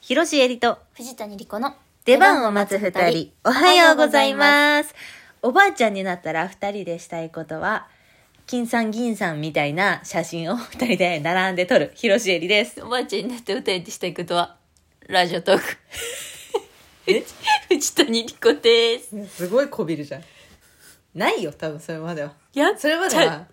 広瀬えりと藤谷莉子の出番を待つ二人、おはようございます。おばあちゃんになったら二人でしたいことは、金さん銀さんみたいな写真を二人で並んで撮る、広瀬えりです。おばあちゃんになって歌いでしたいことはラジオトーク藤谷莉子ですすごいこびるじゃん。ないよ、多分それまでは。やっそれまでちゃは、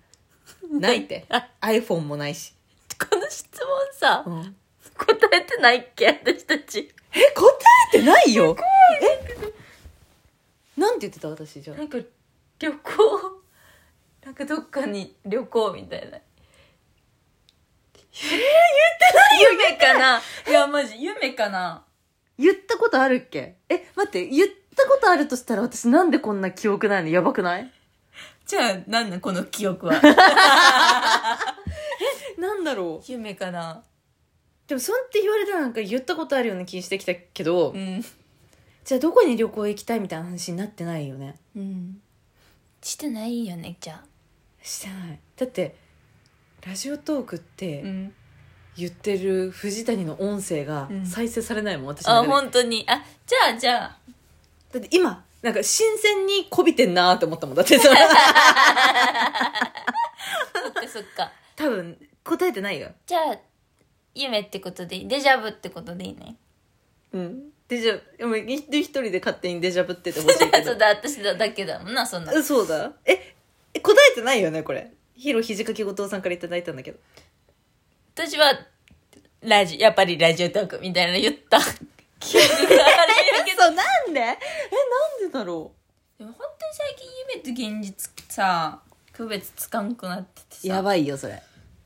ないって あ。 iPhone もないし。この質問さ、ん答えてないっけ私たちえ、答えてないよえなんて言ってた私じゃあ。なんか旅行なんかどっかに旅行みたいなえ言ってない夢かないやマジ夢かな言ったことあるっけえ、待って、言ったことあるとしたら私なんでこんな記憶ないのやばくないじゃあ何なんこの記憶 はなんだろう。夢かなでもそんって言われたらなんか言ったことあるような気してきたけど、うんじゃあどこに旅行行きたいみたいな話になってないよね。うんしてないよねじゃしてない。だって、ラジオトークって、あ、ん、言ってる藤谷の音声がうん再生されないもん、私あの中で本当にあじゃあじゃあだって今なんか新鮮にこびてんなーって思ったもんだ ってそれそっかそっか多分答えてないよじゃあ夢ってことでいいデジャブってことでいいねうんデジャブでも一人一人で勝手にデジャブっててほしいけど そうだ私だだけだもんなそんなうんそうだええ答えてないよねこれヒロひじかき後藤さんからいただいたんだけど私はラジやっぱりラジオトークみたいなの言った記憶があるんやけどそうなんでえなんでだろでも本当に最近夢と現実さ区別つかんくなっててさうやばいよそれ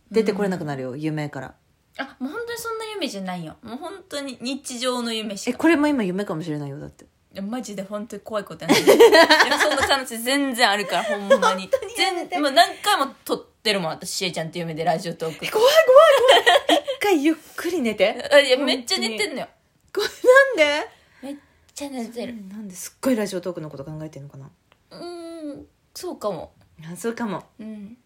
出てこれなくなるよ、夢からあもう本当にそんな夢じゃないよもう本当に日常の夢しえかこれも今夢かもしれないよだっていやマジで本当に怖いことやな いでもそんな可能性全然あるからほんまに全もう何回も撮ってるもん私しえちゃんって夢でラジオトーク怖い怖い怖い 一回ゆっくり寝てあいやめっちゃ寝てんのよこれなんでめっちゃ寝てるなんですっごいラジオトークのこと考えてるのかなうーんそうかもあそうかもうん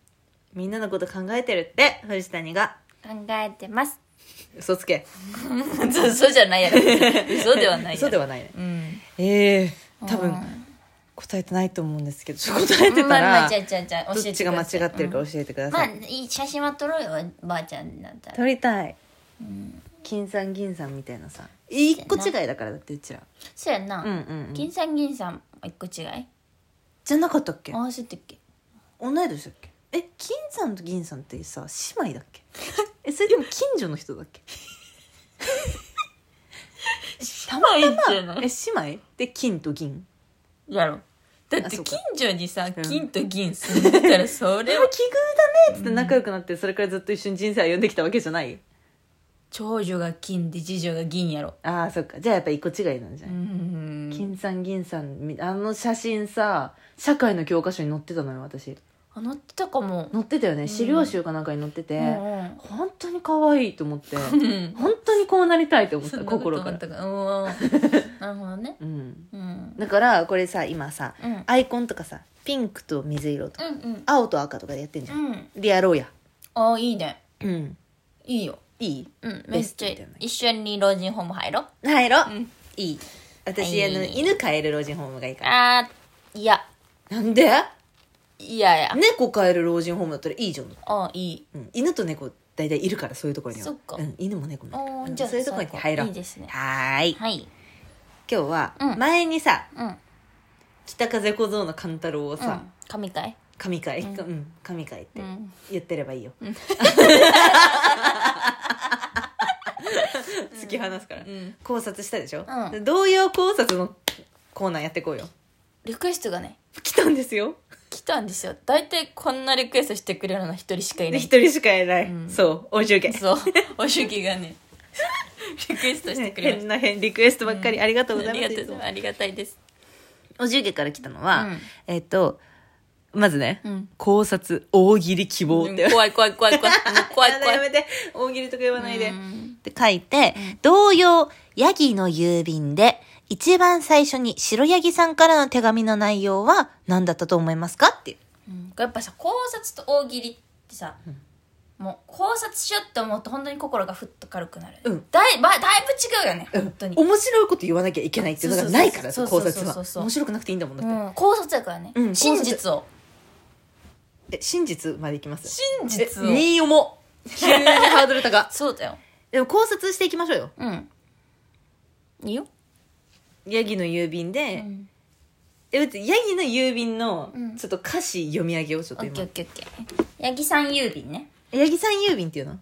みんなのこと考えてるって藤谷が考えてます 嘘つけ嘘嘘じゃないやろ嘘ではないやろ嘘ではないねうんええ多分うん答えてないと思うんですけど ちょっと答えてたまあまらあじゃあじゃあじゃあどっ教えちてがく間だ違さいってるうかん教えてくだまさあい、いい写真は撮ろうよばあちゃんになったら撮りたいうん金さん銀さんみたいなさ一個違いだからだってうちらそうやうんなうん、うん、金さん銀さんは一個違いじゃなかったっけ合わせてっけ同い年だっけえ金さんと銀さんってさ姉妹だっ けえそれでも近所の人だっけたまにじゃなえ姉妹で金と銀やろだってあそ近うか所にさうん金と銀住んでたらそでれもは奇遇だねっつって仲良くなってそれからずっと一緒に人生歩んできたわけじゃない長女が金で次女が銀やろああそっかじゃあやっぱ一個違いなんじゃうない、ん金さん銀さんみあの写真さ社会の教科書に載ってたのよ私あなってたかも載ってたよね資料集かなんかに載ってて、うん本当に可愛いと思 ってうんうん本当にこうなりたいと思っそたんなこ と心あかっらたかうんなるほどねうんうんだからこれさ今さうんうんアイコンとかさピンクと水色とかうん青と赤とかでやってんじゃん、うんでやろうやああいいねうんいいよいいうんめベっスちトゃみいたいいな一緒に老人ホーム入ろう入ろう、うんいい私、はいあの犬飼える老人ホームがいいからあーいやなんでいやいや猫飼える老人ホームだったらいいじゃんあいいうん、犬と猫大体いるからそういうところにはそっかうん、犬も猫もいるからおうーんじゃあそういうところに入ろういいですねはーいはい今日はうん前にさ、うん北風小僧の勘太郎をさ、神回神回、うんうん、神回ってうん言ってればいいよ、突き放すから、うん考察したでしょ、うん童謡考察のコーナーやってこうよリクエストがね来たんですよ来たんですよ大体こんなリクエストしてくれるのは一人しかいなでい 一人しかいない、うんそうお中元そうお主義がねリクエストしてくれまし変な変リクエストばっかり、うんありがとうごたざあいりますがというつござもいますありがたいですお中元から来たのは、うんえっとまずね、うん考察大喜利希望って、うん怖い怖い怖い怖いもう 怖い怖やいめて大喜利とか言わないで、うんって書いて、同様ヤギの郵便で一番最初に白ヤギさんからの手紙の内容は何だったと思いますかっていううんやっぱさ考察と大喜利ってさもう考察しようって思うと本当に心がふっと軽くなる、うんだいばだいぶ違うよね、うん本当に、面白いこと言わなきゃいけないっていうのがないからそうそ考うそう察そうそうそうそはう面白くなくていいんだもんだって、うん、考察やからね、うん真実をえ真実までいきます真実えをいい 重急にハードル高そうだよでも考察していきましょうようんいいよ、ヤギの郵便うで、ん、え待ってヤギの郵便のうんちょっと歌詞読み上げをちょっオとッケ今ーオッケーオッケー八木さん郵便ねヤギさん郵便っていうの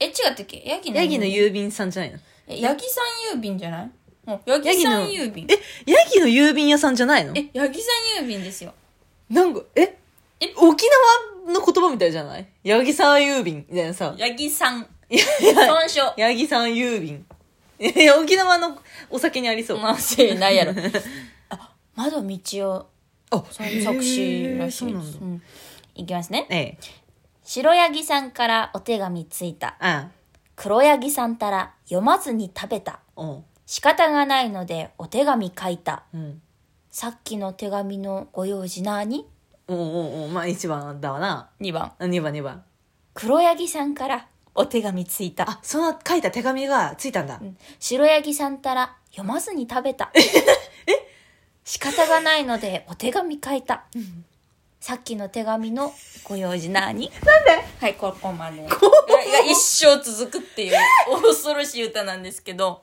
え違ったっけヤギのヤギの郵便さんじゃないのえヤギさん郵便じゃないもうヤヤギギさのん郵便えヤギの郵便屋さんじゃないのえヤギさん郵便ですよなんかええ沖縄の言葉みたいじゃないヤギさん郵便みたいなさヤギさんいや 損傷ヤギさん郵便 いや沖縄のお酒にありそう、まあせいないやろあ窓道を あ作詞らしへーいそうでなんすだ、うんいきますねええ白ヤギさんからお手紙ついたあ黒ヤギさんたら読まずに食べたあお仕方がないのでお手紙書いたううんさっきの手紙のご用事なにおうおうおうまあ一番だわな2番2番2番黒ヤギさんからお手紙ついたあその書いた手紙がついたんだ、白ヤギさんたら読まずに食べた仕方がないのでお手紙書いたさっきの手紙のご用事なになんではいここまでがが一生続 くっていう恐ろしい歌なんですけど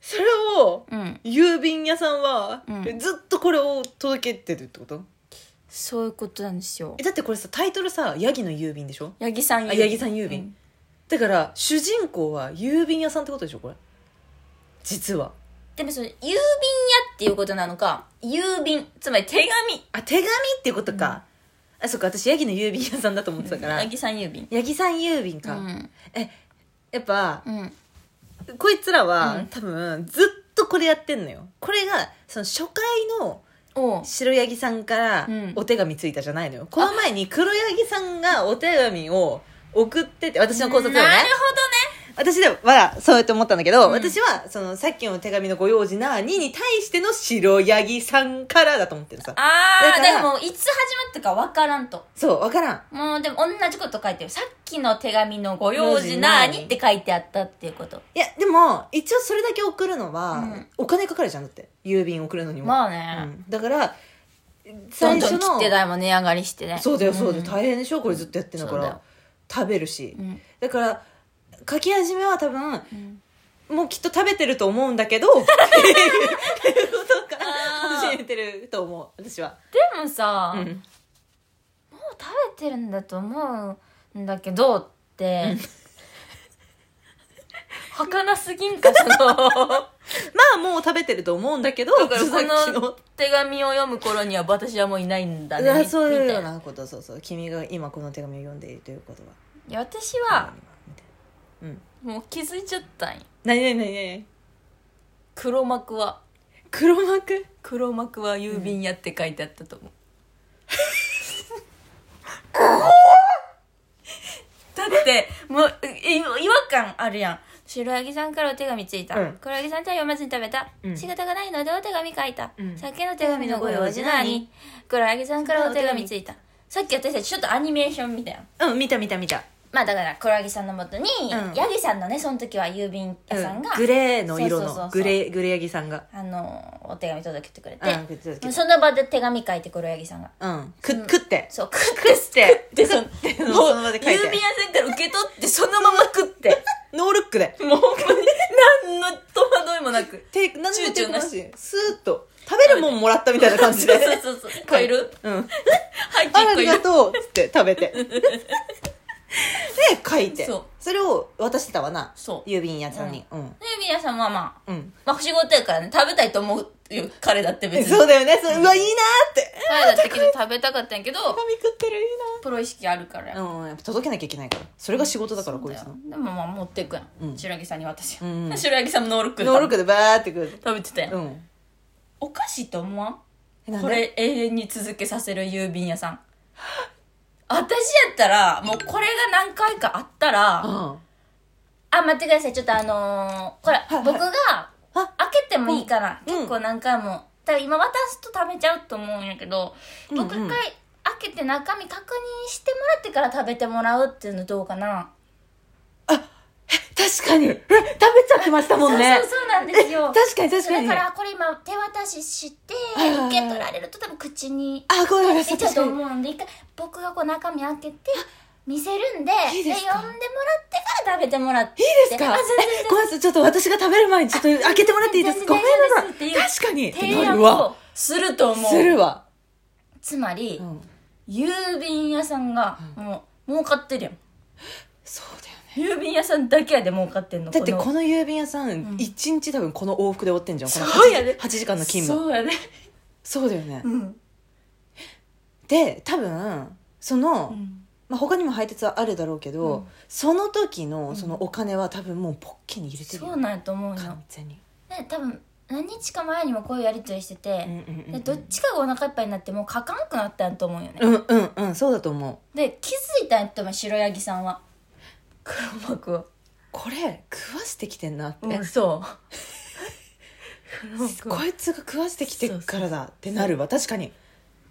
それをうん郵便屋さんは、うんずっとこれを届けてるってことそういうことなんですよえだってこれさタイトルさヤギの郵便でしょヤギさんあヤギさん郵便、だから主人公は郵便屋さんってことでしょこれ実はでもその郵便屋っていうことなのか郵便つまり手紙あ手紙っていうことか、あそっか私ヤギの郵便屋さんだと思ってたから、ヤギさん郵便ヤギさん郵便うか、んやっぱ、うんこいつらは、うん多分ずっとこれやってんのよこれがその初回のおう白ヤギさんからうんお手紙ついたじゃないのよ、この前に黒ヤギさんがお手紙を送ってて私の考察をねなる私ではまだそうやって思ったんだけど、うん私はそのさっきの手紙のご用事なにに対しての白ヤギさんからだと思ってるさあだあかでらもいつ始まったかわからんとそうわからんもうでも同じこと書いてるさっきの手紙のご用事なーにって書いてあったっていうこといやでも一応それだけ送るのは、うんお金かかるじゃんだって郵便送るのにも、まあうね、んだからど最んど初ん切のって代も値上がりしてねそうだよそうだよ、ん大変でしょこれずっとやってんだかそうだらよ食べるし、うんだから書き始めは多分うんもうきっと食べてると思うんだ けどっていうことからあー始めてると思う私は、でもさ、うもうん食べてるんだと思うんだけどって、儚すぎん かそのまあもう食べてると思うんだけどだからさっきこの手紙を読む頃には私はもういないんだうわねそういうよみたういななことそうそう君が今この手紙を読んでいるということはいや私はみたいなうんもう気づいちゃったんよ何何何何黒幕は黒幕黒幕は郵便屋って書いてあったと思う、だってもうい違和感あるやん白ヤギさんからお手紙ついた、うん黒ヤギさんとは読まずに食べた、うん仕方がないのでお手紙書いた、うんさっきの手紙のご用事なに黒ヤギさんからお手紙ついたさっき私たちちょっとアニメーションみたいなうん見た見た見た、まあだから黒ヤギさんのもとに、うんヤギさんのねその時は郵便う屋さんが、グレーの色そうそうそうそのうグレーグレーヤギさんがあのお手紙届けてくれ、うん送っててたけどその場で手紙書いて黒ヤギさんがうんく食ってそう、食って食って、で、その、もう、郵便のその場で書いて屋さんから受け取って、そのまま食って。ノールックで もう、ほんまに、何の戸惑いもなく。手何も手躊躇なししスーッと食べるもんもらったみたいな感じでそうそうそう。超えるうん はい、あ結あ構いりがる。とうっつって食べ てで書いてそうそれを渡してたわなそう郵便屋さんにうんで、皆さんはまあ、うんまあ、仕事やからね、食べたいと思うよ、彼だって別に。そうだよねそううわいいなーって彼だってけど食べたかったんやけど、紙食ってるいいプロ意識あるから。なうんやっぱ届けなきゃいけないからそれが仕事だからこいつのでもまあ、持っていくやうんん。白木さんに渡すようん。白木さんもノールックでノールックでバーってくる食べてたや。うんんお菓子と思わんえなんでこれ永遠に続けさせる郵便屋さん私やったらもうこれが何回かあったらうんああ待ってくださいちょっとあのーこれ、いはい僕があ開けてもいいかな、うん結構何回も多分今渡すと食べちゃうと思うんやけど、うんうん僕一回開けて中身確認してもらってから食べてもらうっていうのどうかな確かに。え、食べちゃってましたもんね。そうそうそうなんですよ確かに確かに。だからこれ今手渡ししてはいはいはい受け取られると多分口にあ、ごめんなさ出い。ちゃ確うとかに。思うんで一回僕がこう中身開けて見せるんでいいですか呼んでもらってから食べてもらっていいいいですかあえ全然全然ごめんなさい。ちょっと私が食べる前にちょっと開けてもらっていいですかごめんなさ全然い。全然です確かに。提な案るわを。すると思うするわ。つまり、うん。郵便屋さんがもう儲かってるやんそうだよね。郵便屋さんだけやで儲かってんのだってこのの郵便屋さんん、一日多分この往復で追ってんじゃん。このそうやで8時間の勤務。そうやねそうだよねう。ん、で、多分、その、うんまあ、他にも配達はあるだろうけど、うんその時のそのお金は多分もうポッケに入れてるよそうなんやと思うよ完全に、ね多分何日か前にもこういうやり取りしてて、うんうんうん、でどっちかがお腹いっぱいになってもう書かんくなったんやと思うよね、うんうんうんそうだと思うで気づいたんやっても白ヤギさんは黒幕をこれ食わしてきてんなって、うんそう黒幕をこいつが食わしてきてからだってなるわ確かに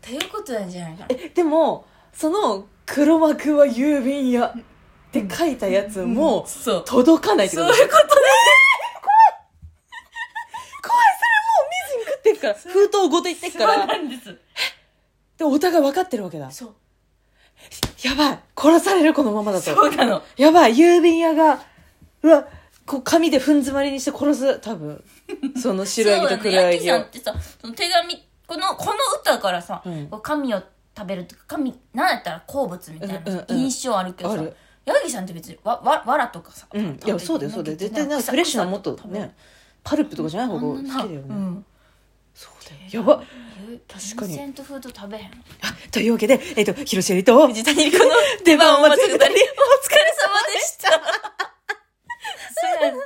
ということなんじゃないかなえでもその黒幕は郵便屋って書いたやつもそう届かないってこそうということ食ってっから封筒ごといってっそかうらなんですでお互い分かってるわけだそうやばい殺されるこのままだとそうなのやばい、郵便屋が、うわ、こう紙で踏ん詰まりにして殺す、多分。その白ヤギと黒ヤギそうなのヤギさんをっ。てさその手紙このこの歌からさ、うんこう神を食べるとか神なんやったら好物みたいなうんうんうん印象あるけどさ、あるヤギさんって別にわわわらとかさ、うん。いや、そうだよ、そうだよ。絶対なんか草フレッシュなもっと草ね、パルプとかじゃない方食べがる好きだようね。ん、そうだよ。やば確確かにインセントフード食べへんあというわけで、えっと、広瀬エリと、藤谷理子 の出番を待つ二人、お疲れ様でした。 そうやね